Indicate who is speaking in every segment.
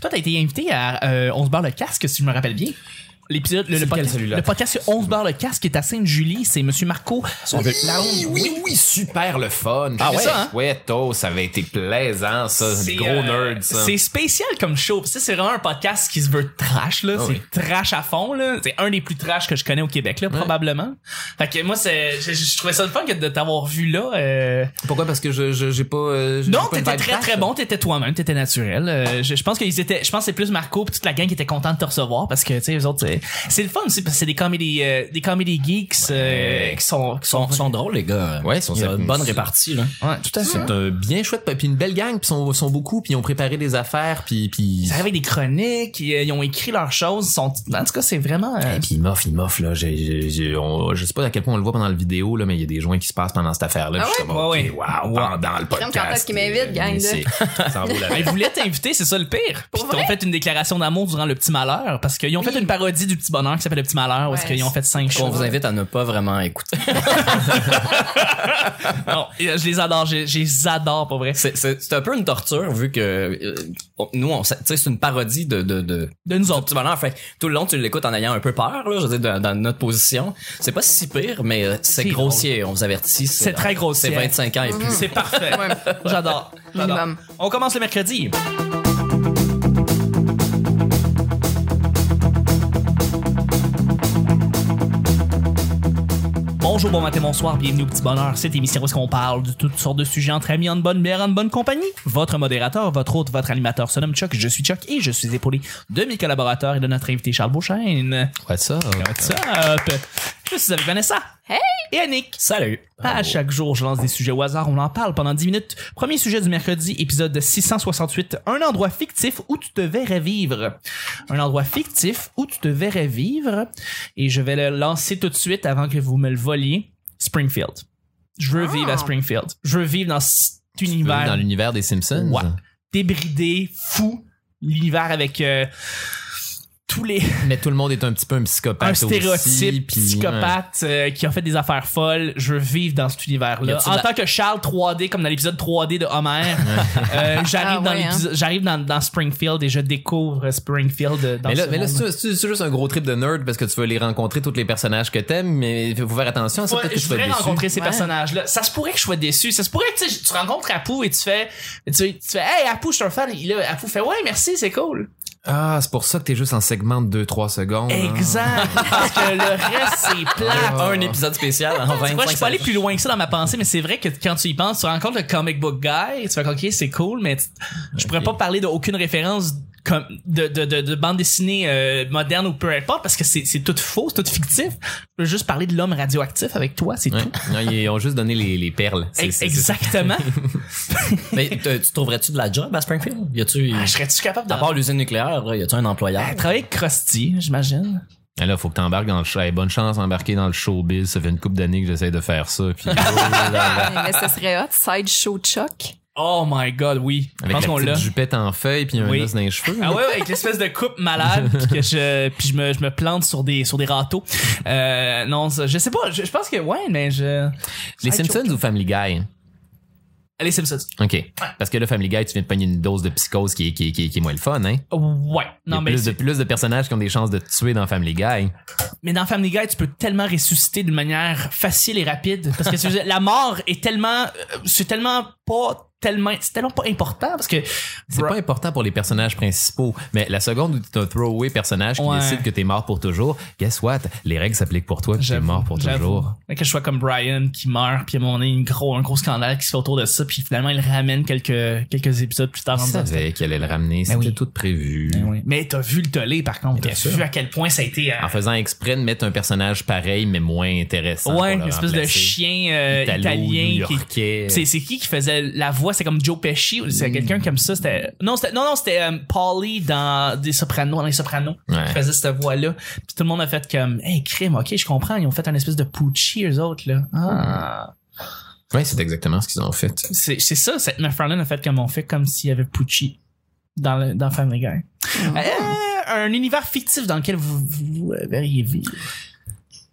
Speaker 1: toi, t'as été invité à euh, On se barre le casque, si je me rappelle bien. L'épisode, le,
Speaker 2: C'est
Speaker 1: le
Speaker 2: lequel,
Speaker 1: podcast,
Speaker 2: celui-là?
Speaker 1: le podcast sur On se barre le casque qui est à Sainte-Julie, c'est Monsieur Marco.
Speaker 2: On veut-
Speaker 1: La honte.
Speaker 2: oui, oui, oui, super le fun.
Speaker 1: Ah
Speaker 2: J'ai
Speaker 1: ouais?
Speaker 2: fait Ça, hein? ouais, tôt, ça avait été plaisant, ça.
Speaker 1: C'est,
Speaker 2: Des gros
Speaker 1: euh,
Speaker 2: nerds, ça.
Speaker 1: C'est spécial comme show. Ça, c'est vraiment un podcast qui se veut trash, là.
Speaker 2: Ah
Speaker 1: c'est
Speaker 2: oui.
Speaker 1: trash à fond, là. C'est un des plus trash que je connais au Québec, là, probablement. Fait que moi, c'est, je, je- je trouvais ça le fun que de t'avoir vu là. euh.
Speaker 2: Pourquoi? Parce que je, je- j'ai pas. euh, j'ai
Speaker 1: Non,
Speaker 2: pas une
Speaker 1: t'étais
Speaker 2: vibe
Speaker 1: très
Speaker 2: trash,
Speaker 1: très
Speaker 2: là.
Speaker 1: bon, t'étais toi-même, t'étais naturel. Euh, je, je pense qu'ils étaient, je pense que c'est plus Marco pis toute la gang qui était contente de te recevoir parce que tu sais les autres, c'est- c'est le fun aussi parce que c'est des comedy, euh, des comedy geeks euh, qui sont, qui sont,
Speaker 3: Ils sont drôles, les gars.
Speaker 2: Ouais, ils sont
Speaker 3: Il y a
Speaker 2: sérieux.
Speaker 3: une bonne répartie, là.
Speaker 1: ouais, tout à fait.
Speaker 2: C'est un bien chouette, puis une belle gang, puis sont, sont beaucoup, puis ils ont préparé des affaires, puis puis.
Speaker 1: Ils arrivent avec des chroniques, ils, ils ont écrit leurs choses, ils sont, en tout cas c'est vraiment. euh,
Speaker 2: Et Ah, puis il m'offre, il m'offre là. J'ai, j'ai- j'ai- on- je sais pas à quel point on le voit pendant la vidéo là, mais il y a des joints qui se passent pendant cette affaire-là.
Speaker 1: Ah
Speaker 2: puis je
Speaker 1: ouais?
Speaker 2: suis comme,
Speaker 1: Ouais,
Speaker 2: ok,
Speaker 1: ouais.
Speaker 2: wow, pendant le podcast.
Speaker 4: quand est-ce qu'il m'invite, gang, là?
Speaker 2: C'est- Ça en vaut
Speaker 1: Ben,
Speaker 2: la peine.
Speaker 1: ils voulaient t'inviter, c'est ça le pire. Puis
Speaker 4: Pour
Speaker 1: ils t'ont
Speaker 4: vrai?
Speaker 1: fait une déclaration d'amour durant le petit malheur parce qu'ils ont fait
Speaker 4: Oui.
Speaker 1: une parodie du petit bonheur qui s'appelle le petit malheur parce
Speaker 4: Ouais.
Speaker 1: qu'ils ont fait cinq
Speaker 3: On
Speaker 1: choses.
Speaker 3: vous invite à ne pas vraiment écouter.
Speaker 1: Non, je les adore, je, je les adore pour vrai.
Speaker 3: C'est- C'est c'est un peu une torture vu que euh, on- nous, on, sait- tu sais, c'est une parodie de, de, de
Speaker 1: De nous
Speaker 3: ton
Speaker 1: autres.
Speaker 3: petit bonheur. Fait que tout le long, tu l'écoutes en ayant un peu peur, là, je veux dire, dans, dans notre position. C'est pas si pire, mais euh, c'est
Speaker 1: C'est
Speaker 3: grossier, on vous avertit.
Speaker 1: C'est très grossier. Mm-hmm.
Speaker 3: C'est 25 ans et plus.
Speaker 1: C'est parfait.
Speaker 4: Ouais.
Speaker 1: J'adore. J'adore.
Speaker 4: Minimum.
Speaker 1: On commence le mercredi. Bonjour, bon matin, bonsoir, bienvenue au Petit Bonheur, cette émission où est-ce qu'on parle de toutes sortes de sujets entre amis, en bonne bière, en bonne compagnie. Votre modérateur, votre hôte, votre animateur se nomme Chuck, je suis Chuck et je suis épaulé de mes collaborateurs et de notre invité Charles Beauchesne.
Speaker 2: Ouais, ça.
Speaker 1: What's up? Je suis avec Vanessa.
Speaker 4: Hey!
Speaker 1: Et Annick.
Speaker 3: Salut.
Speaker 1: À chaque jour, je lance des sujets au hasard, on en parle pendant 10 minutes. Premier sujet du mercredi, épisode 668, un endroit fictif où tu te verrais vivre. Un endroit fictif où tu te verrais vivre. Et je vais le lancer tout de suite avant que vous me le voliez. Springfield. Je veux
Speaker 4: Ah.
Speaker 1: vivre à Springfield. Je veux vivre dans cet univers
Speaker 2: Dans l'univers des Simpsons.
Speaker 1: Ouais. débridé, fou. L'univers avec euh, tous les...
Speaker 2: Mais tout le monde est un petit peu un psychopathe
Speaker 1: un
Speaker 2: aussi,
Speaker 1: stéréotype
Speaker 2: puis-
Speaker 1: psychopathe euh, qui a fait des affaires folles. Je veux vivre dans cet
Speaker 3: Y
Speaker 1: univers-là.
Speaker 3: a-t-il
Speaker 1: En
Speaker 3: de la-
Speaker 1: tant que Charles 3D, comme dans l'épisode 3D de Homer, euh, j'arrive
Speaker 4: Ah
Speaker 1: dans
Speaker 4: ouais,
Speaker 1: l'épisode- j'arrive dans, dans Springfield et je découvre Springfield euh, dans
Speaker 2: Mais là,
Speaker 1: ce
Speaker 2: mais là
Speaker 1: monde.
Speaker 2: c'est, c'est- c'est juste un gros trip de nerd parce que tu veux les rencontrer tous les personnages que t'aimes, mais faut faire attention à ça.
Speaker 1: Ouais,
Speaker 2: peut-être que
Speaker 1: je
Speaker 2: tu vas
Speaker 1: voudrais
Speaker 2: être déçu.
Speaker 1: rencontrer ces
Speaker 2: Ouais.
Speaker 1: personnages-là. Ça se pourrait que je sois déçu. Ça se pourrait que tu sais, tu rencontres Apu et tu fais, tu, tu fais, hey Apu, je suis un fan. Et Là, Apu fait, ouais, merci, c'est cool.
Speaker 2: Ah, c'est pour ça que t'es juste en segment de 2-3 secondes. hein.
Speaker 1: Exact. Parce que le reste, c'est plat.
Speaker 3: Un épisode spécial en 25
Speaker 1: Ah. Tu vois, je suis pas allé plus loin que ça dans ma pensée, mais c'est vrai que quand tu y penses, tu rencontres le comic book guy, et tu fais comme, ok, c'est cool, mais tu- je pourrais
Speaker 2: Ok.
Speaker 1: pas parler d'aucune référence comme de, de, de, de bande dessinée euh, moderne ou peu importe, parce que c'est c'est tout faux, c'est tout fictif. Je veux juste parler de l'homme radioactif avec toi, c'est
Speaker 2: Ouais.
Speaker 1: tout.
Speaker 2: Non, ils ont juste donné les, les perles. C'est- c'est- c'est-
Speaker 1: Exactement.
Speaker 3: Mais te- tu trouverais-tu de la job à Springfield? Y a-tu,
Speaker 1: Ah, je serais-tu capable de...
Speaker 3: à part l'usine nucléaire, là, y a-tu un employeur?
Speaker 1: Ah, Travailler avec Krusty, j'imagine.
Speaker 2: Ah Là, faut que t'embarques dans le show. Hey, bonne chance d'embarquer dans le showbiz. Ça fait une couple d'années que j'essaie de faire ça. Puis, oh là là.
Speaker 4: Euh, Mais ce serait hot, Sideshow Chuck.
Speaker 1: Oh my god, oui. Je
Speaker 2: Avec
Speaker 1: pense
Speaker 2: la
Speaker 1: qu'on l'a.
Speaker 2: petite jupette en feuille puis un
Speaker 1: Oui.
Speaker 2: os dans les cheveux.
Speaker 1: Ah ouais, ouais, avec l'espèce de coupe malade puis que je puis je me, je me plante sur des sur des râteaux. Euh, non, ça, je sais pas, je, je pense que ouais, mais je
Speaker 2: les
Speaker 1: Sideshow.
Speaker 2: Simpsons ou Family Guy?
Speaker 1: Allez, Simpsons.
Speaker 2: OK. Parce que là, Family Guy, tu viens de pogner une dose de psychose qui est, qui est, qui est, qui est moins le fun, hein?
Speaker 1: Ouais.
Speaker 2: Il y
Speaker 1: Non
Speaker 2: a
Speaker 1: mais
Speaker 2: plus, de, plus de personnages qui ont des chances de te tuer dans Family Guy.
Speaker 1: mais dans Family Guy, tu peux tellement ressusciter d'une manière facile et rapide parce que c'est- la mort est tellement euh, c'est tellement pas tellement c'est tellement pas important parce que
Speaker 2: C'est
Speaker 1: Bro-
Speaker 2: pas important pour les personnages principaux, mais la seconde où tu as un throwaway personnage qui
Speaker 1: Ouais.
Speaker 2: décide que t'es mort pour toujours, guess what? Les règles s'appliquent pour toi, puis t'es
Speaker 1: J'avoue,
Speaker 2: mort pour
Speaker 1: j'avoue.
Speaker 2: toujours.
Speaker 1: Fait Que je sois comme Brian qui meurt, puis à un moment donné, une gros, un gros scandale qui se fait autour de ça, puis finalement, il ramène quelques, quelques épisodes plus tard. en
Speaker 2: Je
Speaker 1: disant,
Speaker 2: savais qu'elle allait le ramener, c'était
Speaker 1: Ben oui.
Speaker 2: tout prévu.
Speaker 1: Ben oui. Mais t'as vu le tollé, par contre.
Speaker 2: Bien
Speaker 1: T'as
Speaker 2: sûr.
Speaker 1: vu à quel point ça a été. euh,
Speaker 2: En faisant exprès de mettre un personnage pareil, mais moins intéressant.
Speaker 1: ouais,
Speaker 2: pour
Speaker 1: une
Speaker 2: le
Speaker 1: espèce de
Speaker 2: remplacer.
Speaker 1: chien euh,
Speaker 2: Italo,
Speaker 1: italien qui.
Speaker 2: new-yorkais. Mm.
Speaker 1: C'est, c'est qui qui faisait la voix C'est comme Joe Pesci ou c'est quelqu'un comme ça C'était non, c'était non, non, c'était euh, Paulie dans des Sopranos, dans les Sopranos,
Speaker 2: Ouais.
Speaker 1: qui faisait cette voix-là. Puis tout le monde a fait comme, hey crime, ok, je comprends. Ils ont fait un espèce de Pucci eux autres là. Ah.
Speaker 2: Ouais, c'est exactement ce qu'ils ont fait.
Speaker 1: C'est, c'est ça. Cette McFarlane a fait comme on fait comme s'il y avait Pucci dans le, dans Family Guy. Euh, un univers fictif dans lequel vous, vous euh, verriez vivre.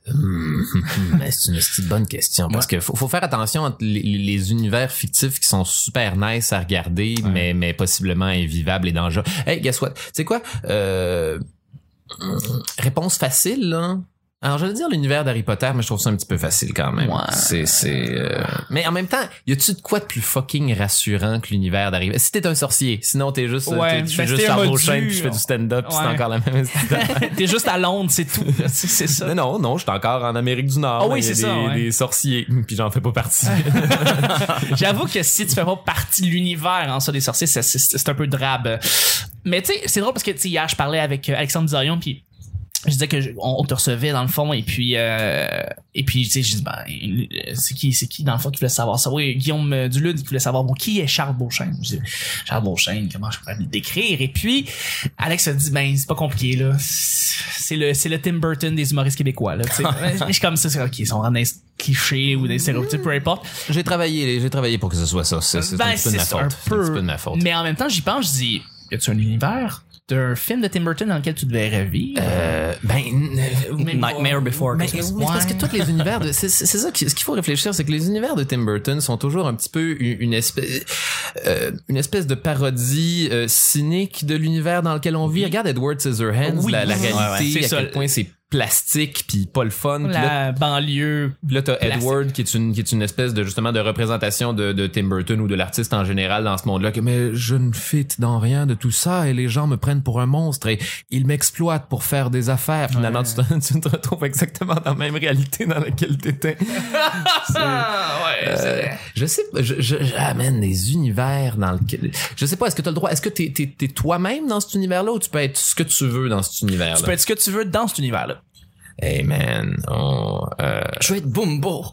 Speaker 2: Hum, hum, hum, c'est une petite bonne question parce que faut, faut faire attention entre les, les univers fictifs qui sont super nice à regarder mais mais possiblement invivables et dangereux. Hey, guess what? Tu sais quoi? Euh, hum, réponse facile, là. Alors, j'allais dire l'univers d'Harry Potter, mais je trouve ça un petit peu facile quand même.
Speaker 1: Ouais.
Speaker 2: C'est, c'est, euh, Mais en même temps, y a-tu de quoi de plus fucking rassurant que l'univers d'Harry Potter? Si t'es un sorcier, sinon t'es juste,
Speaker 1: Ouais,
Speaker 2: t'es- tu fais
Speaker 1: ben,
Speaker 2: juste
Speaker 1: c'est un
Speaker 2: Charles
Speaker 1: modu.
Speaker 2: Beauchamp, puis je fais du stand-up, puis c'est
Speaker 1: Ouais.
Speaker 2: encore la même
Speaker 1: T'es juste à Londres, c'est tout. C'est c'est ça.
Speaker 2: Non, non, non, je suis encore en Amérique du Nord.
Speaker 1: Ah oui,
Speaker 2: Il y a
Speaker 1: c'est
Speaker 2: des,
Speaker 1: ça, ouais.
Speaker 2: des sorciers, puis j'en fais pas partie.
Speaker 1: J'avoue que si tu fais pas partie de l'univers en ça des sorciers, c'est- c'est c'est un peu drabe. Mais tu sais, c'est drôle parce que tu sais, hier, je parlais avec euh, Alexandre Dizorion, puis je disais que je- on, on te recevait dans le fond et puis euh, et puis tu sais je dis ben euh, c'est qui c'est qui dans le fond qui voulait savoir ça oui Guillaume euh, Dulude qui voulait savoir bon qui est Charles Beauchesne Je dis, Charles Beauchesne comment je pourrais le décrire et puis Alex a dit ben c'est pas compliqué là c'est le c'est le Tim Burton des humoristes québécois là tu sais je suis comme ça c'est ok ils sont dans des clichés ou des stéréotypes peu importe
Speaker 2: j'ai travaillé, j'ai travaillé pour que ce soit ça. C'est, c'est
Speaker 1: Ben,
Speaker 2: un petit peu de ma
Speaker 1: c'est un
Speaker 2: faute. C'est un
Speaker 1: peu.
Speaker 2: petit peu de ma faute.
Speaker 1: Mais en même temps, j'y pense, je dis, y a-tu un univers d'un film de Tim Burton dans lequel tu devrais vivre?
Speaker 2: Euh, ben, euh,
Speaker 1: Ou même
Speaker 3: Nightmare
Speaker 1: pas? Ben,
Speaker 3: Before
Speaker 2: Mais,
Speaker 3: Christmas.
Speaker 2: mais c'est parce que tous les univers de, c'est, c'est- c'est ça qui- ce qu'il faut réfléchir, c'est que les univers de Tim Burton sont toujours un petit peu une, une espèce, euh, une espèce de parodie euh, cynique de l'univers dans lequel on vit. Regarde Edward Scissorhands,
Speaker 1: Oui.
Speaker 2: la, la
Speaker 1: Ouais, ouais,
Speaker 2: réalité,
Speaker 1: c'est
Speaker 2: à
Speaker 1: ça.
Speaker 2: quel point c'est plastique puis pas le fun. puis là,
Speaker 1: La banlieue.
Speaker 2: Puis là, t'as
Speaker 1: Plastique.
Speaker 2: Edward qui est une qui est une espèce de justement de représentation de, de Tim Burton ou de l'artiste en général dans ce monde-là. que, Mais je ne fit dans rien de tout ça et les gens me prennent pour un monstre et ils m'exploitent pour faire des affaires. Finalement, tu, te, tu te retrouves exactement dans la même réalité dans laquelle t'étais.
Speaker 1: Ah, ouais.
Speaker 2: Euh, je sais, pas, je, je, je- ah, man, des univers dans lequel. Je sais pas, est-ce que t'as le droit, est-ce que t'es t'es t'es toi-même dans cet univers-là ou tu peux être ce que tu veux dans cet univers-là.
Speaker 1: tu peux être ce que tu veux dans cet univers-là.
Speaker 2: Hey man, on, euh,
Speaker 3: Je vais être Bumbo.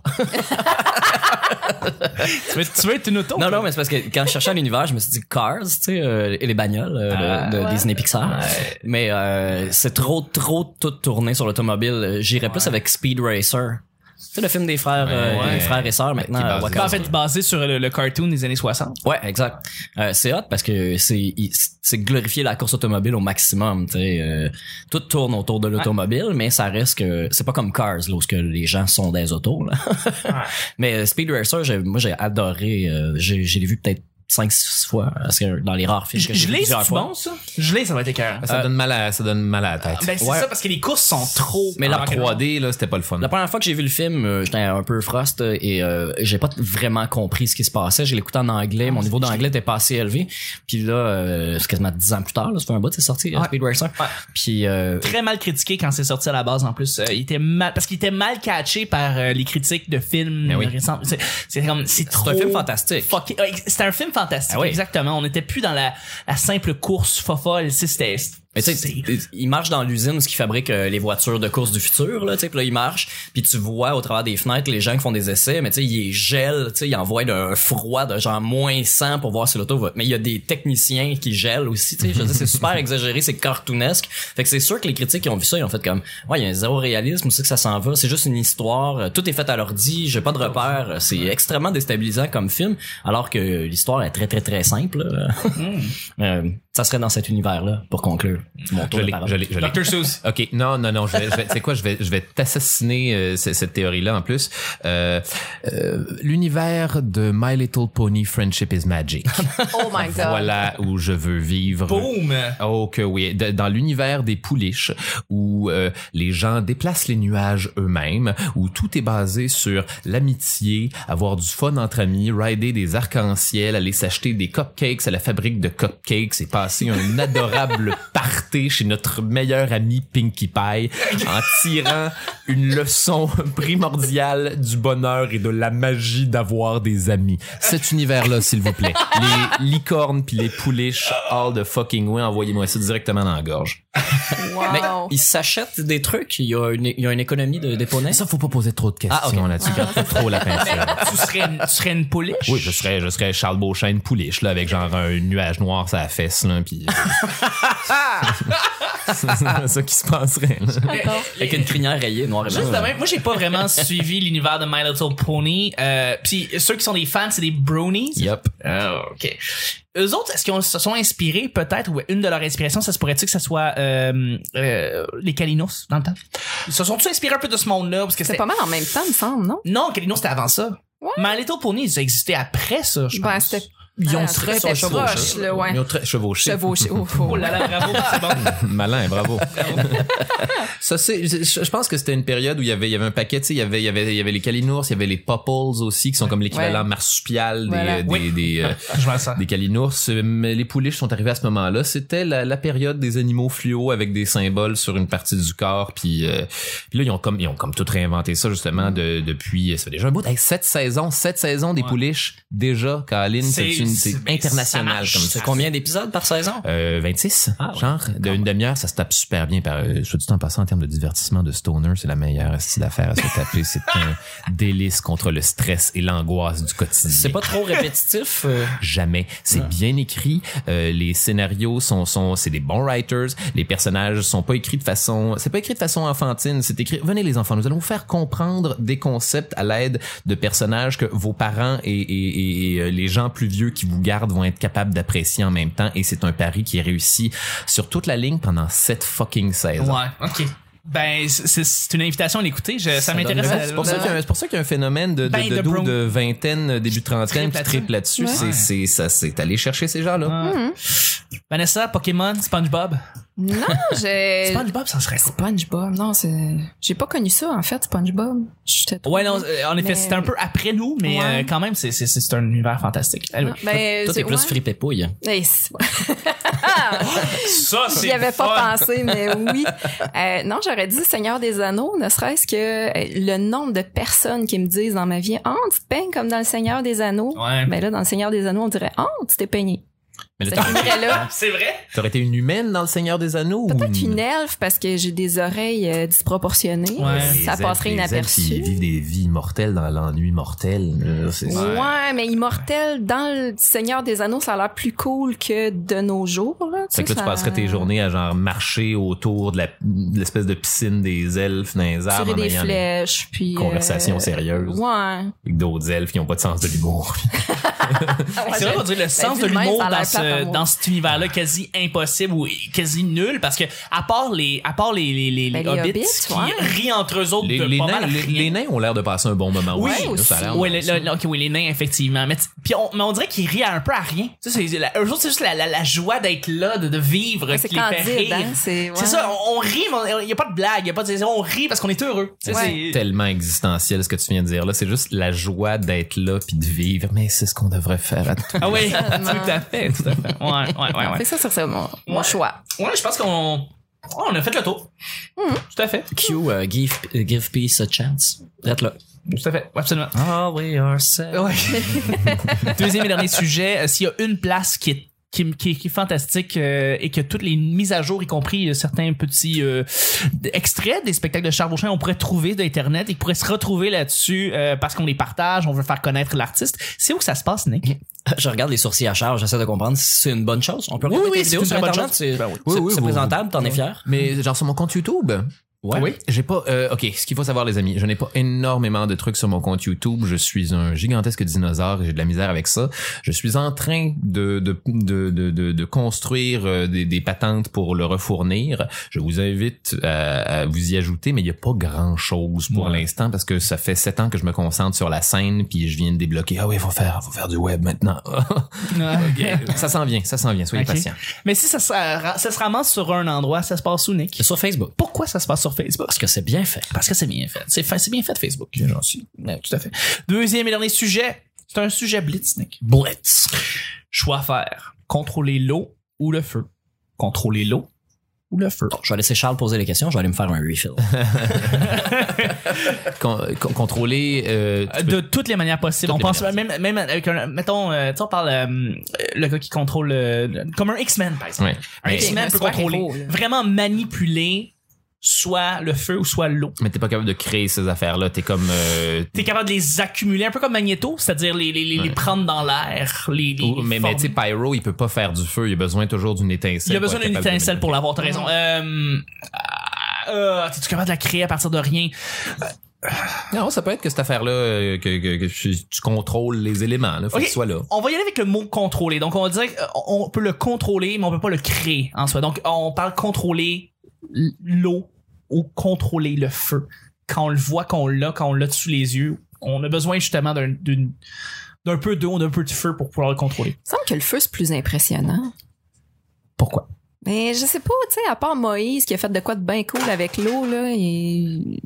Speaker 1: Tu veux, tu veux être une auto?
Speaker 3: Non, non, mais c'est parce que quand je cherchais un univers, je me suis dit Cars, tu sais, euh, et les bagnoles euh, de-
Speaker 1: Ah,
Speaker 3: de,
Speaker 1: ouais.
Speaker 3: Disney Pixar. Mais euh, c'est trop, trop tout tourné sur l'automobile. J'irais plus avec Speed Racer. Tu sais, le film des frères, euh,
Speaker 2: Ouais.
Speaker 3: des frères et sœurs maintenant.
Speaker 2: Qui est
Speaker 3: euh,
Speaker 2: basé
Speaker 3: Wachowski.
Speaker 1: Ben, en fait, basé sur le, le cartoon des années 60.
Speaker 3: Ouais, exact. Euh, c'est hot parce que c'est il- c'est glorifier la course automobile au maximum. tu sais, euh, tout tourne autour de l'automobile, mais ça reste que c'est pas comme Cars là, où ce que les gens sont des autos. Là. mais euh, Speed Racer, j'ai- moi j'ai adoré. euh, j'ai j'ai vu peut-être 5-6 fois parce que dans les rares films
Speaker 1: Je,
Speaker 3: que
Speaker 1: je
Speaker 3: j'ai vu
Speaker 1: l'ai,
Speaker 3: plusieurs
Speaker 1: c'est
Speaker 3: fois.
Speaker 1: bon, ça? Je l'ai, ça va être écœurant.
Speaker 2: ça donne mal à ça donne mal à la tête.
Speaker 1: Euh, Ben, c'est
Speaker 3: ouais.
Speaker 1: ça, parce que les courses sont trop.
Speaker 3: Mais la
Speaker 1: Ah,
Speaker 2: En
Speaker 1: ok.
Speaker 2: 3D, là, c'était pas le fun.
Speaker 3: La première fois que j'ai vu le film, euh, j'étais un peu frost euh, et euh, j'ai pas vraiment compris ce qui se passait. J'ai l'écouté en anglais, mon niveau d'anglais était pas assez élevé. Puis là, euh, c'est quasiment 10 ans plus tard, là, ça fait un bout, c'est sorti, euh,
Speaker 1: Ouais.
Speaker 3: Speed Racer.
Speaker 1: Ouais.
Speaker 3: Puis euh,
Speaker 1: Très mal critiqué quand c'est sorti à la base, en plus. Euh, il était mal, parce qu'il était mal catché par euh, les critiques de films
Speaker 2: Ben oui.
Speaker 1: récents. C'est- C'est comme, c'est trop.
Speaker 3: c'est un film fantastique.
Speaker 1: Fuck it. Ouais, C'était un film fantastique,
Speaker 3: Ah oui.
Speaker 1: exactement. On n'était plus dans la, la simple course fofolle. tu sais, C'était.
Speaker 3: Mais tu sais,
Speaker 1: c'est-
Speaker 3: t- il marche dans l'usine où ce qui fabrique euh, les voitures de course du futur là, tu sais, puis là il marche, puis tu vois au travers des fenêtres les gens qui font des essais, mais tu sais il les gèle, tu sais il envoie d'un froid de genre moins 100 pour voir si l'auto va. Mais il y a des techniciens qui gèlent aussi, tu sais, je veux dire, c'est super exagéré, c'est cartoonesque. Fait que c'est sûr que les critiques qui ont vu ça, ils ont fait comme ouais, il y a un zéro réalisme, où c'est que ça s'en va, c'est juste une histoire, euh, tout est fait à l'ordi, j'ai pas de repères, c'est extrêmement déstabilisant comme film, alors que l'histoire est très très très simple. là. Euh, ça serait dans cet univers-là, pour conclure. Mon
Speaker 2: Je
Speaker 3: tour de
Speaker 2: l'ai,
Speaker 3: parole.
Speaker 2: je l'ai, je l'ai.
Speaker 1: Dr. Seuss.
Speaker 2: Ok, non, non, non. Je vais, je vais- tu sais quoi, je vais, je vais t'assassiner euh, c- cette théorie-là en plus. Euh, euh, l'univers de My Little Pony Friendship is Magic.
Speaker 4: Oh my god.
Speaker 2: voilà où je veux vivre.
Speaker 1: Boom!
Speaker 2: Oh que oui, De- dans l'univers des pouliches où euh, les gens déplacent les nuages eux-mêmes, où tout est basé sur l'amitié, avoir du fun entre amis, rider des arcs-en-ciel, aller s'acheter des cupcakes à la fabrique de cupcakes et passer un adorable party chez notre meilleur ami Pinkie Pie en tirant une leçon primordiale du bonheur et de la magie d'avoir des amis. Cet univers-là, s'il vous plaît. Les licornes puis les pouliches, all the fucking way, envoyez-moi ça directement dans la gorge.
Speaker 3: Mais
Speaker 4: Wow.
Speaker 3: ils s'achètent des trucs, il y a une, il y a une économie de, des poneys.
Speaker 2: Ça, faut pas poser trop de questions
Speaker 3: Ah, ok.
Speaker 2: là-dessus. C'est trop la peinture.
Speaker 1: tu, serais une, tu serais une pouliche?
Speaker 2: Oui, je serais, je serais Charles Beauchesne pouliche, là, avec genre un nuage noir sur la fesse, là, pis... c'est ça qui se passerait, là.
Speaker 3: Avec une crinière rayée, noire et
Speaker 1: Juste
Speaker 3: blanche.
Speaker 1: de même, moi j'ai pas vraiment suivi l'univers de My Little Pony. Euh, Puis ceux qui sont des fans, c'est des bronies.
Speaker 2: Yup.
Speaker 1: Ah, ok. Eux autres, est-ce qu'ils se sont inspirés peut-être, ou une de leurs inspirations, ça se pourrait-tu que ça soit euh, euh, les Kalinos dans le temps? Ils se sont-ils inspirés un peu de ce monde-là? Parce que
Speaker 4: C'est
Speaker 1: c'était-
Speaker 4: pas mal en même temps, il me semble, non?
Speaker 1: Non, Kalinos, c'était avant ça.
Speaker 4: Ouais.
Speaker 1: Mais Little Pony, ils existaient après ça, je
Speaker 4: Ben,
Speaker 1: pense.
Speaker 4: c'était
Speaker 2: Ils ont
Speaker 4: Ah,
Speaker 2: très
Speaker 4: c'était
Speaker 2: chevauché.
Speaker 4: proche, là, ouais.
Speaker 2: Ils ont très chevauché.
Speaker 4: chevauché. Oh, oh.
Speaker 1: Oh là là, bravo, c'est bon.
Speaker 2: Malin, bravo. ça c'est, je je pense que c'était une période où il y avait, il y avait un paquet, tu sais, il y avait, il y avait, il y avait les calinours, il y avait les popples aussi qui sont comme l'équivalent
Speaker 4: Ouais.
Speaker 2: marsupial des,
Speaker 4: Voilà.
Speaker 2: des,
Speaker 1: Oui.
Speaker 2: des, euh,
Speaker 1: Je vois ça.
Speaker 2: des calinours. Mais les pouliches sont arrivées à ce moment-là. C'était la, la période des animaux fluo avec des symboles sur une partie du corps. Puis, euh, puis là, ils ont comme, ils ont comme tout réinventé ça justement de- depuis. Ça fait déjà un bout. Hey, sept saisons, sept saisons des
Speaker 1: Ouais.
Speaker 2: pouliches déjà. Caroline,
Speaker 1: C'est-
Speaker 2: c'est, une, c'est
Speaker 3: Euh,
Speaker 1: c'est- mais ça
Speaker 2: international
Speaker 1: marche,
Speaker 2: comme ça.
Speaker 3: C'est combien d'épisodes par saison?
Speaker 2: Euh, 26,
Speaker 3: Ah ouais,
Speaker 2: genre, de une demi-heure, ça se tape super bien. Par, euh, je te dis en passant, en termes de divertissement de Stoner, c'est la meilleure style d'affaires à se taper. C'est un délice contre le stress et l'angoisse du quotidien.
Speaker 3: C'est pas trop répétitif. euh,
Speaker 2: jamais. C'est bien écrit. euh, les scénarios sont, sont c'est des bons writers. Les personnages sont pas écrits de façon, c'est pas écrit de façon enfantine. C'est écrit. Venez les enfants, nous allons vous faire comprendre des concepts à l'aide de personnages que vos parents et, et- et- et, euh, les gens plus vieux qui vous gardent vont être capables d'apprécier en même temps. Et c'est un pari qui est réussi sur toute la ligne pendant sept fucking saisons.
Speaker 1: Ouais, ok. Ben, c'est- c'est c'est une invitation à l'écouter. je- Ça,
Speaker 3: Ça
Speaker 1: m'intéresse. Euh,
Speaker 3: donne-
Speaker 1: à-
Speaker 2: C'est pour ça qu'il y a un- c'est pour ça qu'il y a un phénomène de, de,
Speaker 1: Ben,
Speaker 2: de
Speaker 1: de
Speaker 2: dos
Speaker 1: bro-
Speaker 2: de vingtaine, début trentaine qui
Speaker 1: Triple
Speaker 2: triple là-dessus.
Speaker 4: Ouais.
Speaker 2: C'est, c'est, ça, c'est aller chercher ces gens-là.
Speaker 1: Ah. Vanessa, Pokémon, SpongeBob.
Speaker 4: Non, j'ai.
Speaker 1: SpongeBob, ça serait cool.
Speaker 4: SpongeBob, non, c'est. J'ai pas connu ça, en fait, SpongeBob. J'étais trop-
Speaker 1: Ouais, non, euh, en effet,
Speaker 4: Mais-
Speaker 1: c'était un peu après nous, mais
Speaker 4: Ouais.
Speaker 1: euh, quand même, c'est- c'est c'est un univers fantastique. Anyway.
Speaker 4: Ah, ben,
Speaker 3: Toi, t'es
Speaker 4: c'est-
Speaker 3: plus
Speaker 4: ouais.
Speaker 3: fripépouille.
Speaker 4: Eh, c'est- Ah!
Speaker 1: Ça, c'est
Speaker 4: J'y avais
Speaker 1: fun.
Speaker 4: pas pensé, mais oui. Euh, non, j'aurais dit Seigneur des Anneaux, ne serait-ce que euh, le nombre de personnes qui me disent dans ma vie, Ah, tu te peignes comme dans le Seigneur des Anneaux.
Speaker 1: Ouais.
Speaker 4: Ben là, dans le Seigneur des Anneaux, on dirait, Ah, tu t'es peigné.
Speaker 2: Mais le
Speaker 4: Ça finirait là.
Speaker 1: C'est vrai?
Speaker 2: T'aurais été une humaine dans Le Seigneur des Anneaux?
Speaker 4: Peut-être une elfe parce que j'ai des oreilles euh, disproportionnées.
Speaker 1: Ouais.
Speaker 2: Les
Speaker 4: Ça
Speaker 2: elfes-
Speaker 4: passerait
Speaker 2: les elfes, Ils
Speaker 4: inaperçu.
Speaker 2: vivent des vies mortelles dans l'ennui mortel. Euh, c'est-
Speaker 1: Ouais.
Speaker 4: Ouais, mais immortel dans le Seigneur des Anneaux, ça a l'air plus cool que de nos jours. Là,
Speaker 2: Fait que là, tu passerais tes journées à genre marcher autour de la- de l'espèce de piscine des elfes dans les arbres
Speaker 4: Tirer
Speaker 2: en
Speaker 4: des
Speaker 2: ayant des
Speaker 4: flèches, puis. euh,
Speaker 2: conversations sérieuses
Speaker 4: Ouais.
Speaker 2: avec d'autres elfes qui n'ont pas de sens de l'humour.
Speaker 1: C'est vrai qu'on dirait le sens
Speaker 4: Ben, vu
Speaker 1: de
Speaker 4: de même,
Speaker 1: l'humour
Speaker 4: ça a l'air
Speaker 1: dans,
Speaker 4: plate à
Speaker 1: ce,
Speaker 4: moi.
Speaker 1: dans cet univers-là quasi impossible ou quasi nul parce que à part les à part les les, les,
Speaker 4: Ben,
Speaker 1: les
Speaker 4: les
Speaker 1: hobbits,
Speaker 4: hobbits,
Speaker 1: qui
Speaker 4: ouais.
Speaker 1: rient entre eux autres
Speaker 2: les,
Speaker 1: de
Speaker 2: les
Speaker 1: pas
Speaker 2: nains,
Speaker 1: mal
Speaker 2: les,
Speaker 1: rien.
Speaker 2: les nains ont l'air de passer un bon moment.
Speaker 1: Oui,
Speaker 2: aussi, là, ça a l'air
Speaker 1: Ouais,
Speaker 2: nice.
Speaker 1: le- le- ok, oui, les nains, effectivement. Mais, t- puis on, mais on dirait qu'ils rient un peu à rien. Tu sais, c'est la, eux autres, c'est juste la, la, la joie d'être là, de, de vivre,
Speaker 4: C'est
Speaker 1: qui les fait
Speaker 4: candide,
Speaker 1: rire.
Speaker 4: hein? C'est ouais.
Speaker 1: C'est ça, on, on rit, mais il n'y a pas de blague, y a pas de, on rit parce qu'on est heureux. Tu sais,
Speaker 4: Ouais.
Speaker 1: c'est-
Speaker 2: tellement existentiel ce que tu viens de dire là c'est juste la joie d'être là puis de vivre mais c'est ce qu'on devrait faire à tout
Speaker 1: Ah oui, tout
Speaker 4: Tellement.
Speaker 1: à fait, tout à fait. Ouais, ouais, ouais,
Speaker 4: Fait que ça, ça serait mon, mon
Speaker 1: Ouais.
Speaker 4: choix.
Speaker 1: ouais. Ouais, je pense qu'on on a fait le tour.
Speaker 4: Hmm.
Speaker 1: Tout à fait,
Speaker 3: Q, euh, give, euh, give peace a chance. Reste là.
Speaker 1: tout à fait, absolument.
Speaker 3: Oh, we are sad.
Speaker 1: Ouais. Deuxième et dernier sujet, euh, s'il y a une place qui est qui, me- qui- qui est fantastique euh, et que toutes les mises à jour, y compris euh, certains petits euh, d- extraits des spectacles de Charles Beauchamp, on pourrait trouver d'Internet et qui pourraient se retrouver là-dessus euh, parce qu'on les partage, on veut faire connaître l'artiste. C'est où que ça se passe, Nick?
Speaker 3: Je regarde les sourcils à charge, j'essaie de comprendre si c'est une bonne chose. On peut
Speaker 1: Oui,
Speaker 3: regarder
Speaker 1: oui,
Speaker 3: tes
Speaker 1: c'est
Speaker 3: vidéos
Speaker 1: une
Speaker 3: sur
Speaker 1: très bonne
Speaker 3: Internet,
Speaker 1: chose.
Speaker 3: c'est
Speaker 1: Ben oui.
Speaker 3: c'est-
Speaker 2: Oui, oui,
Speaker 3: c'est
Speaker 2: oui,
Speaker 3: présentable, t'en es fier.
Speaker 2: Mais genre sur mon compte YouTube.
Speaker 1: Ah
Speaker 3: Ouais.
Speaker 2: Oui. J'ai pas. euh, ok, ce qu'il faut savoir, les amis, je n'ai pas énormément de trucs sur mon compte YouTube. Je suis un gigantesque dinosaure et j'ai de la misère avec ça. Je suis en train de de de de, de- de construire euh, des, des patentes pour le refournir. Je vous invite à, à vous y ajouter, mais il y a pas grand chose pour
Speaker 1: Ouais.
Speaker 2: l'instant parce que ça fait sept ans que je me concentre sur la scène puis je viens de débloquer. Ah oui, faut faire, faut faire du web maintenant. ça s'en vient, ça s'en vient. Soyez
Speaker 1: Ok.
Speaker 2: patients.
Speaker 1: Mais si ça, se- ça se ramasse sur un endroit, ça se passe où, Nick?
Speaker 3: C'est sur Facebook.
Speaker 1: Pourquoi ça se passe sur Facebook?
Speaker 3: Parce que c'est bien fait.
Speaker 1: Parce que c'est bien fait. C'est fa- c'est bien fait Facebook, j'en suis. Ouais, Tout à fait. Deuxième et dernier sujet, c'est un sujet blitz, Nick.
Speaker 3: Blitz.
Speaker 1: Choix à faire. Contrôler l'eau ou le feu. Contrôler l'eau ou le feu.
Speaker 3: Bon, je vais laisser Charles poser les questions, je vais aller me faire un refill.
Speaker 2: Con- con- contrôler. euh, tu peux-
Speaker 1: De toutes les manières possibles.
Speaker 2: Toutes
Speaker 1: on
Speaker 2: les
Speaker 1: pense
Speaker 2: manières
Speaker 1: même, même avec un, mettons, euh, tu sais, on parle euh, le gars qui contrôle euh, le- comme un X-Men par exemple.
Speaker 2: Ouais.
Speaker 1: Un
Speaker 2: Mais-
Speaker 1: X-Men
Speaker 4: Un
Speaker 1: peut
Speaker 4: super
Speaker 1: contrôler,
Speaker 4: héros, là.
Speaker 1: vraiment manipuler soit le feu ou soit l'eau.
Speaker 2: Mais t'es pas capable de créer ces affaires-là. T'es comme. euh,
Speaker 1: T'es capable de les accumuler un peu comme Magneto, c'est-à-dire les, les, les, les
Speaker 2: Ouais.
Speaker 1: prendre dans l'air, les, les-
Speaker 2: ou-
Speaker 1: les
Speaker 2: mais mais
Speaker 1: former.
Speaker 2: tu sais, Pyro, il peut pas faire du feu. Il a besoin toujours d'une étincelle.
Speaker 1: Il y a
Speaker 2: pour
Speaker 1: besoin
Speaker 2: être
Speaker 1: d'une
Speaker 2: capable de
Speaker 1: étincelle pour l'avoir, t'as raison. ah,
Speaker 4: Ouais.
Speaker 1: Euh, euh, euh, T'es-tu capable de la créer à partir de rien? Euh,
Speaker 2: Non, ça peut être que cette affaire-là, euh, que, que- que tu, tu contrôles les éléments, là, faut
Speaker 1: Ok.
Speaker 2: qu'ils soient là.
Speaker 1: On va y aller avec le mot contrôler. Donc, on va dire euh, on peut le contrôler, mais on peut pas le créer en soi. Donc, on parle contrôler l- l'eau ou contrôler le feu. Quand on le voit, quand on l'a, quand on l'a sous les yeux, on a besoin justement d'un, d'une- d'un peu d'eau, d'un peu de feu pour pouvoir le contrôler.
Speaker 4: Il me semble que le feu, c'est plus impressionnant.
Speaker 1: Pourquoi?
Speaker 4: Mais Ben, je sais pas, tu sais, à part Moïse qui a fait de quoi de bien cool avec l'eau, là, et.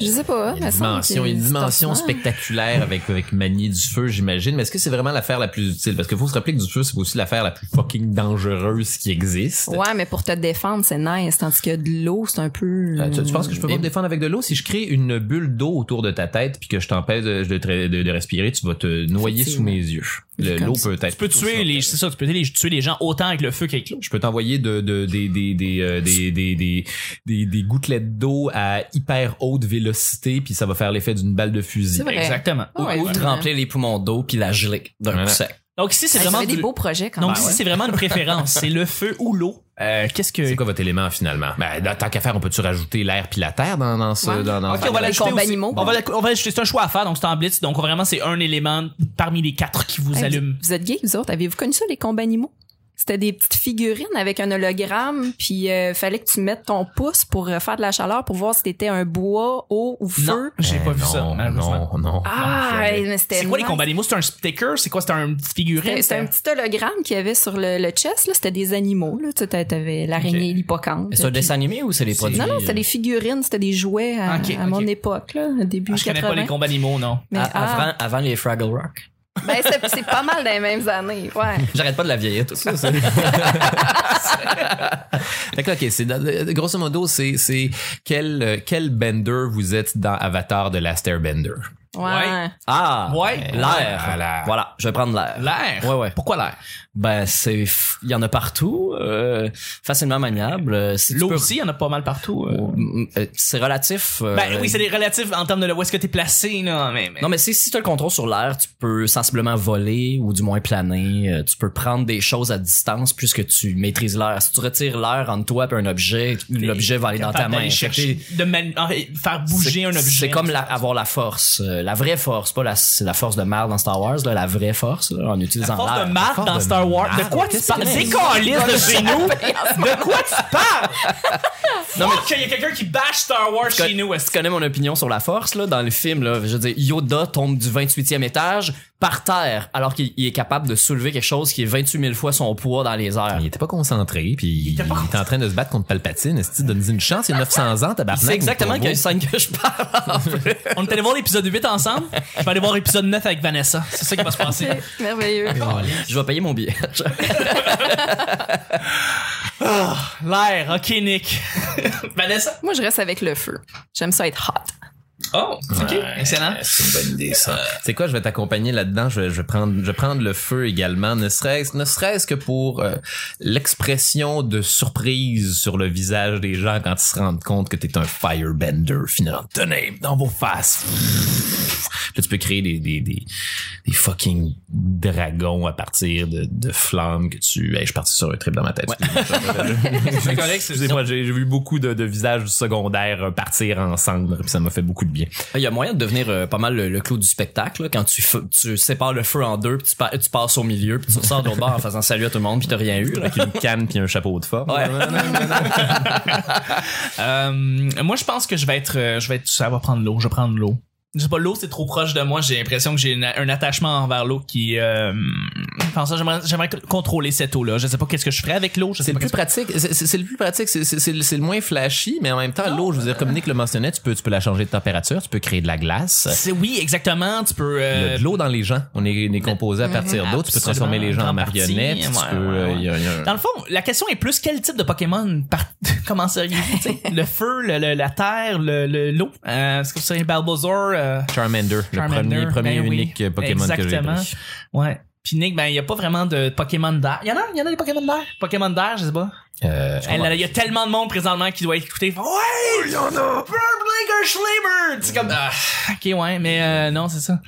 Speaker 4: Je sais pas. hein,
Speaker 2: Il y a
Speaker 4: me
Speaker 2: une
Speaker 4: semble
Speaker 2: dimension,
Speaker 4: que
Speaker 2: il y a une
Speaker 4: c'est
Speaker 2: dimension
Speaker 4: torturant.
Speaker 2: spectaculaire avec, avec Manier du Feu, j'imagine. Mais est-ce que c'est vraiment l'affaire la plus utile? Parce qu'il faut se rappeler que du feu, c'est aussi l'affaire la plus fucking dangereuse qui existe.
Speaker 4: Ouais, mais pour te défendre, c'est nice, tandis que de l'eau, c'est un peu.
Speaker 2: Euh, tu, tu penses que je peux pas me défendre avec de l'eau? Si je crée une bulle d'eau autour de ta tête puis que je t'empêche de, de, te- de- de respirer, tu vas te noyer sous
Speaker 4: Effectivement.
Speaker 2: mes yeux. Le-
Speaker 4: Comme
Speaker 2: L'eau
Speaker 4: ça.
Speaker 2: peut être.
Speaker 1: Tu peux tuer les, c'est ça, tu peux les- tuer les gens autant avec le feu qu'avec l'eau.
Speaker 2: Je peux t'envoyer de, de, des, des, des, euh, des, des, des, des- des gouttelettes d'eau à hyper haute vélocité, puis ça va faire l'effet d'une balle de fusil.
Speaker 4: C'est vrai.
Speaker 1: Exactement.
Speaker 4: Ah ouais,
Speaker 3: ou
Speaker 4: vraiment.
Speaker 3: trempler les poumons d'eau puis la geler d'un
Speaker 2: Voilà.
Speaker 3: coup sec.
Speaker 1: Donc ici, c'est
Speaker 4: Ah, ça
Speaker 1: vraiment
Speaker 4: fait des
Speaker 1: du-
Speaker 4: beaux projets quand
Speaker 1: donc
Speaker 4: même.
Speaker 1: ici, c'est vraiment une préférence. c'est le feu ou l'eau. Euh, qu'est-ce que
Speaker 2: C'est quoi votre élément finalement? Ben, dans- tant qu'à faire, on peut-tu rajouter l'air puis la terre dans, dans ce.
Speaker 4: Ouais.
Speaker 2: Dans, dans-
Speaker 1: Ok, on va
Speaker 4: les
Speaker 1: l'ajouter
Speaker 4: combats
Speaker 1: aussi.
Speaker 4: animaux.
Speaker 1: On va, la- on va l'ajouter. C'est un choix à faire, donc c'est en blitz. Donc vraiment, c'est un élément parmi les quatre qui vous
Speaker 4: Hey,
Speaker 1: allume.
Speaker 4: Vous êtes gays, vous autres? Avez-vous connu ça, les combats animaux? C'était des petites figurines avec un hologramme, puis euh, fallait que tu mettes ton pouce pour euh, faire de la chaleur pour voir si t'étais un bois, eau ou
Speaker 1: Non,
Speaker 4: feu.
Speaker 1: j'ai
Speaker 2: Eh,
Speaker 1: pas vu
Speaker 2: non,
Speaker 1: ça. malheureusement.
Speaker 2: Non, non.
Speaker 4: Ah,
Speaker 1: Ah,
Speaker 4: mais c'était.
Speaker 1: C'est quoi les
Speaker 4: nice.
Speaker 1: combats animaux? C'est un sticker? C'est quoi? C'est un petit figurine?
Speaker 4: C'était c'était un petit hologramme qu'il y avait sur le, le chest, là. C'était des animaux, là. Tu sais, t'avais l'araignée, l'hippocampe.
Speaker 3: C'est un
Speaker 4: puis-
Speaker 3: dessin animé ou c'est les produits?
Speaker 4: Non, non, c'était des figurines, c'était des jouets à,
Speaker 1: euh. Ok,
Speaker 4: à mon
Speaker 1: ok.
Speaker 4: époque, là, début
Speaker 1: Ah, je connais
Speaker 4: 80.
Speaker 1: pas les combats animaux, non.
Speaker 4: Mais,
Speaker 3: À-
Speaker 4: ah,
Speaker 3: avant, avant les Fraggle Rock.
Speaker 4: ben, c'est- c'est pas mal dans les mêmes années, ouais.
Speaker 3: J'arrête pas de la vieillir, tout ça. ça.
Speaker 2: Fait que là, ok, c'est dans- grosso modo, c'est c'est quel euh, quel Bender vous êtes dans Avatar de Last Airbender.
Speaker 4: Ouais.
Speaker 1: Ouais.
Speaker 3: Ah!
Speaker 1: Ouais. Ah,
Speaker 3: L'air.
Speaker 2: Voilà.
Speaker 3: Voilà, je vais prendre l'air.
Speaker 1: L'air?
Speaker 3: Ouais, ouais.
Speaker 1: Pourquoi l'air?
Speaker 3: Ben, c'est, f- il y en a partout, euh, facilement maniable. Euh, si tu
Speaker 1: L'eau
Speaker 3: peux-
Speaker 1: aussi, il y en a pas mal partout. euh.
Speaker 3: Mm, euh, C'est relatif. euh,
Speaker 1: Ben oui, c'est des relatifs en termes de là, où est-ce que t'es placé, là. Mais, mais-
Speaker 3: Non, mais c'est- si tu as le contrôle sur l'air, tu peux sensiblement voler ou du moins planer. Euh, tu peux prendre des choses à distance puisque tu maîtrises l'air. Si tu retires l'air entre toi et un objet, l'objet va aller dans ta
Speaker 1: Capable
Speaker 3: main.
Speaker 1: d'aller chercher, de man- ah, et faire
Speaker 3: C'est-
Speaker 1: bouger un objet.
Speaker 3: C'est comme la- avoir la force, euh, la vraie force, pas la, c'est la force de merde dans Star Wars, là, la vraie force là, en utilisant
Speaker 1: La force
Speaker 3: l'air.
Speaker 1: de Marthe
Speaker 2: force
Speaker 1: dans
Speaker 2: de
Speaker 1: Star Wars. De
Speaker 2: Marthe.
Speaker 1: quoi tu
Speaker 2: Qu'est-ce
Speaker 1: parles?
Speaker 2: que c'est?
Speaker 1: Décaliste de chez nous! De quoi tu parles? Non, mais qu'il y a quelqu'un qui bâche Star Wars
Speaker 3: Tu con-
Speaker 1: chez nous. est-ce
Speaker 3: Tu
Speaker 1: que-
Speaker 3: connais mon opinion sur la force là dans le film là, je veux dire Yoda tombe du 28e étage par terre alors qu'il il est capable de soulever quelque chose qui est 28 000 fois son poids dans les airs.
Speaker 2: Il était pas concentré, puis il,
Speaker 1: était pas
Speaker 2: est en train de se battre contre Palpatine. Est-ce qu'il donne une chance? Il y a 900 ans, tabarnak.
Speaker 3: C'est exactement
Speaker 2: mon
Speaker 3: quelle
Speaker 2: pauvre.
Speaker 3: scène que je parle.
Speaker 1: On est allé voir l'épisode 8 ensemble. Je vais aller voir l'épisode 9 avec Vanessa. C'est ça qui va se passer.
Speaker 4: C'est merveilleux.
Speaker 3: Je vais payer mon billet.
Speaker 1: L'air, ok Nick. Vanessa?
Speaker 4: Moi, je reste avec le feu. J'aime ça être hot.
Speaker 1: Oh, ok. Excellent.
Speaker 2: C'est une bonne idée, ça. Euh, C'est quoi, je vais t'accompagner là-dedans. Je vais, je vais prendre, je vais prendre le feu également, ne serait-ce, ne serait-ce que pour euh, l'expression de surprise sur le visage des gens quand ils se rendent compte que t'es un firebender, finalement. Tenez, dans vos faces. Là, tu peux créer des, des, des, des fucking dragons à partir de, de flammes que tu... Hey, je suis parti sur un trip dans ma tête. C'est correct, Excusez-moi, j'ai j'ai vu beaucoup de, de visages du secondaire euh, partir en cendres, puis ça m'a fait beaucoup de bien.
Speaker 3: Il y a moyen de devenir euh, pas mal le, le clou du spectacle là, quand tu, fe- tu sépares le feu en deux, puis tu, pa- tu passes au milieu, puis tu ressors de l'autre bord en faisant salut à tout le monde, puis t'as rien eu. là.
Speaker 2: avec une canne puis un chapeau de forme.
Speaker 3: Ouais.
Speaker 1: Euh, moi, je pense que je vais être, euh, je vais être, ça va prendre l'eau. Je vais prendre l'eau. Je sais pas, l'eau c'est trop proche de moi. J'ai l'impression que j'ai une- un attachement envers l'eau qui. Euh, pense ça, j'aimerais, j'aimerais contrôler cette eau là. Je sais pas qu'est-ce que je ferais avec l'eau. Je sais
Speaker 2: C'est le
Speaker 1: pas.
Speaker 2: plus pratique, c'est c'est- c'est le plus pratique, c'est- c'est c'est le c'est le moins flashy, mais en même temps, l'eau, je veux dire, comme Nick le mentionnait, tu peux, tu peux la changer de température, tu peux créer de la glace.
Speaker 1: C'est oui, exactement. Tu peux.
Speaker 2: Il y a
Speaker 1: euh,
Speaker 2: de l'eau dans les gens. On est, on est composé à partir d'eau. Tu peux
Speaker 1: absolument.
Speaker 2: transformer les gens en
Speaker 1: En partie,
Speaker 2: marionnettes. tu
Speaker 1: ouais,
Speaker 2: peux,
Speaker 1: ouais,
Speaker 2: euh,
Speaker 1: ouais.
Speaker 2: il y a- il y a un-
Speaker 1: Dans le fond, la question est plus quel type de Pokémon par- commenceriez-vous? tu sais? le feu, le- le- la terre, le- le- l'eau. Euh, Est-ce que vous seriez Balbazor? euh,
Speaker 2: Charmander,
Speaker 1: Charmander,
Speaker 2: le premier, premier
Speaker 1: ben oui,
Speaker 2: unique euh, Pokémon
Speaker 1: exactement.
Speaker 2: que j'ai pris.
Speaker 1: Ouais. Puis Nick, ben, il n'y a pas vraiment de Pokémon d'air. Il y en a, il y en a des Pokémon d'air. Pokémon d'air, je sais pas.
Speaker 2: Euh,
Speaker 1: Il y a tellement de monde présentement qui doit écouter.
Speaker 2: Oh,
Speaker 1: Ouais! Il Ah, y en a! Schlimmer! C'est comme, ah, ok, ouais, mais euh, non, c'est ça.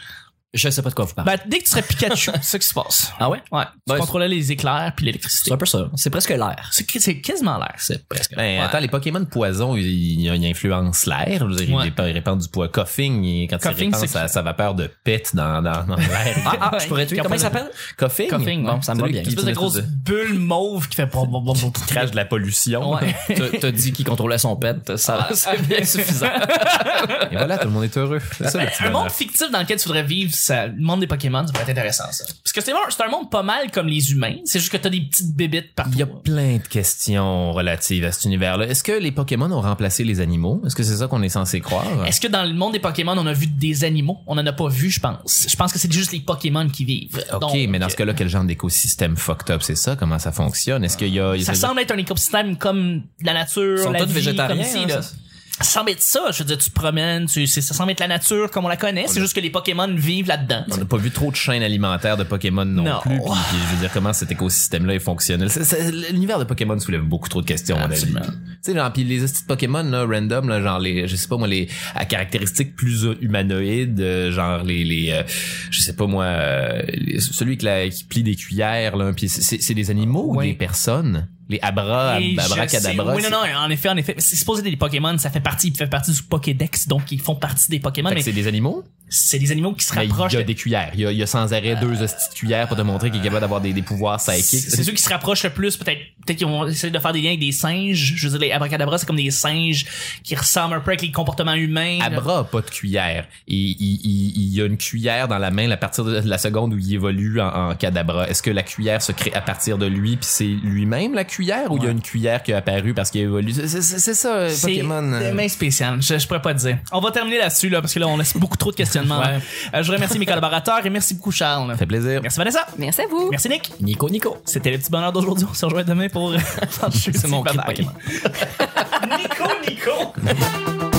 Speaker 3: Je sais pas de quoi vous parlez.
Speaker 1: Ben, dès que tu serais Pikachu, c'est ce qui se passe.
Speaker 3: ah ouais?
Speaker 1: Ouais. Tu
Speaker 3: Ben,
Speaker 1: contrôlais les éclairs puis l'électricité.
Speaker 3: C'est un peu ça. C'est presque l'air.
Speaker 1: C'est c'est quasiment l'air.
Speaker 3: C'est presque.
Speaker 2: Ben,
Speaker 1: Ouais.
Speaker 2: attends, les Pokémon de poison, ils, ils- ils influencent l'air. Je veux dire, ils
Speaker 1: Ouais.
Speaker 2: dép- ils répandent du poids. Coughing, il- quand
Speaker 1: Coughing,
Speaker 2: il répand
Speaker 1: c'est-
Speaker 2: sa, sa vapeur de pète dans, dans, dans l'air.
Speaker 3: Ah, ah,
Speaker 1: Ouais.
Speaker 3: je pourrais tuer. Comment il s'appelle?
Speaker 2: coughing?
Speaker 1: Coughing,
Speaker 3: Bon, ça me va
Speaker 2: Celui
Speaker 3: bien.
Speaker 2: qui-
Speaker 1: Une espèce de
Speaker 2: une
Speaker 1: grosse
Speaker 2: espèce
Speaker 1: bulle mauve qui fait brum, brum, brum, brum.
Speaker 2: Crache de la pollution.
Speaker 1: Ouais.
Speaker 3: T'as t'as dit qu'il contrôlait son pet. Ça, c'est bien suffisant.
Speaker 2: Et voilà, tout le monde est heureux. C'est ça, le petit
Speaker 1: Un
Speaker 2: bonheur.
Speaker 1: monde fictif dans lequel tu voudrais vivre, ça, le monde des Pokémon, ça pourrait être intéressant, ça. Parce que c'est un- c'est un monde pas mal comme les humains, c'est juste que t'as des petites bébites partout.
Speaker 2: Il y a plein de questions relatives à cet univers-là. Est-ce que les Pokémon ont remplacé les animaux? Est-ce que c'est ça qu'on est censé croire?
Speaker 1: Est-ce que dans le monde des Pokémon, on a vu des animaux? On en a pas vu, je pense. Je pense que c'est juste les Pokémon qui vivent.
Speaker 2: OK,
Speaker 1: Donc,
Speaker 2: mais dans ce cas-là, quel genre d'écosystème fucked up c'est ça? Comment ça fonctionne? Est-ce qu'il y a...
Speaker 1: Ça semble être un écosystème comme la nature,
Speaker 3: Ils sont
Speaker 1: la
Speaker 3: tous
Speaker 1: vie,
Speaker 3: végétariens,
Speaker 1: comme ici,
Speaker 3: hein,
Speaker 1: là.
Speaker 3: ça.
Speaker 1: Ça semble être ça. Je veux dire, tu te promènes, tu, c'est- ça semble être la nature comme on la connaît. C'est juste que les Pokémon vivent là-dedans.
Speaker 2: On n'a pas vu trop de chaînes alimentaires de Pokémon non,
Speaker 1: Non.
Speaker 2: plus. Puis, puis je veux dire, comment cet écosystème-là est fonctionnel. C'est- c'est- L'univers de Pokémon soulève beaucoup trop de questions, à mon avis. Tu
Speaker 3: Absolument.
Speaker 2: sais, genre, puis les petits Pokémon, là, random, là, genre les, je sais pas moi, les à caractéristiques plus humanoïdes, euh, genre les, les euh, je sais pas moi, euh, les- celui qui, la- qui plie des cuillères, là, puis c'est- c'est c'est des animaux
Speaker 1: Ouais.
Speaker 2: ou des personnes? Les abras,
Speaker 1: Et je
Speaker 2: abracadabras.
Speaker 1: sais- Oui, non, non, en effet, en effet. C'est supposé être des Pokémon, ça fait partie, ils font partie du Pokédex, donc ils font partie des Pokémon,
Speaker 2: Fait que
Speaker 1: mais
Speaker 2: c'est des animaux?
Speaker 1: c'est des animaux qui se
Speaker 2: Mais
Speaker 1: rapprochent.
Speaker 2: il y a
Speaker 1: de-
Speaker 2: des cuillères. Il y a, il y a sans arrêt deux hosties de cuillères pour te montrer qu'il est capable d'avoir des, des pouvoirs psychiques.
Speaker 1: Euh, C'est ceux qui se rapprochent le plus, peut-être, peut-être qu'ils vont essayer de faire des liens avec des singes. Je veux dire, les abracadabras, c'est comme des singes qui ressemblent un peu avec les comportements humains. là.
Speaker 2: Abra a pas de cuillère. Et il, il, il y a une cuillère dans la main à partir de la seconde où il évolue en, en cadabra. Est-ce que la cuillère se crée à partir de lui puis c'est lui-même la cuillère ou il y a une cuillère qui est apparue parce qu'il évolue? C'est c'est- c'est ça, euh,
Speaker 1: C'est
Speaker 2: Pokémon. euh.
Speaker 1: bien spécial. Je, je pourrais pas te dire. On va terminer là-dessus, là, parce que là, on laisse beaucoup trop de questionnements.
Speaker 3: Ouais.
Speaker 1: Euh, je remercie mes collaborateurs et merci beaucoup, Charles.
Speaker 2: Ça fait plaisir.
Speaker 1: Merci, Vanessa.
Speaker 4: Merci à vous.
Speaker 1: Merci, Nick.
Speaker 3: Nico, Nico.
Speaker 1: C'était le petit bonheur d'aujourd'hui. On se euh, rejoint demain pour. C'est
Speaker 3: mon cri de Pokémon.
Speaker 1: Nico, Nico.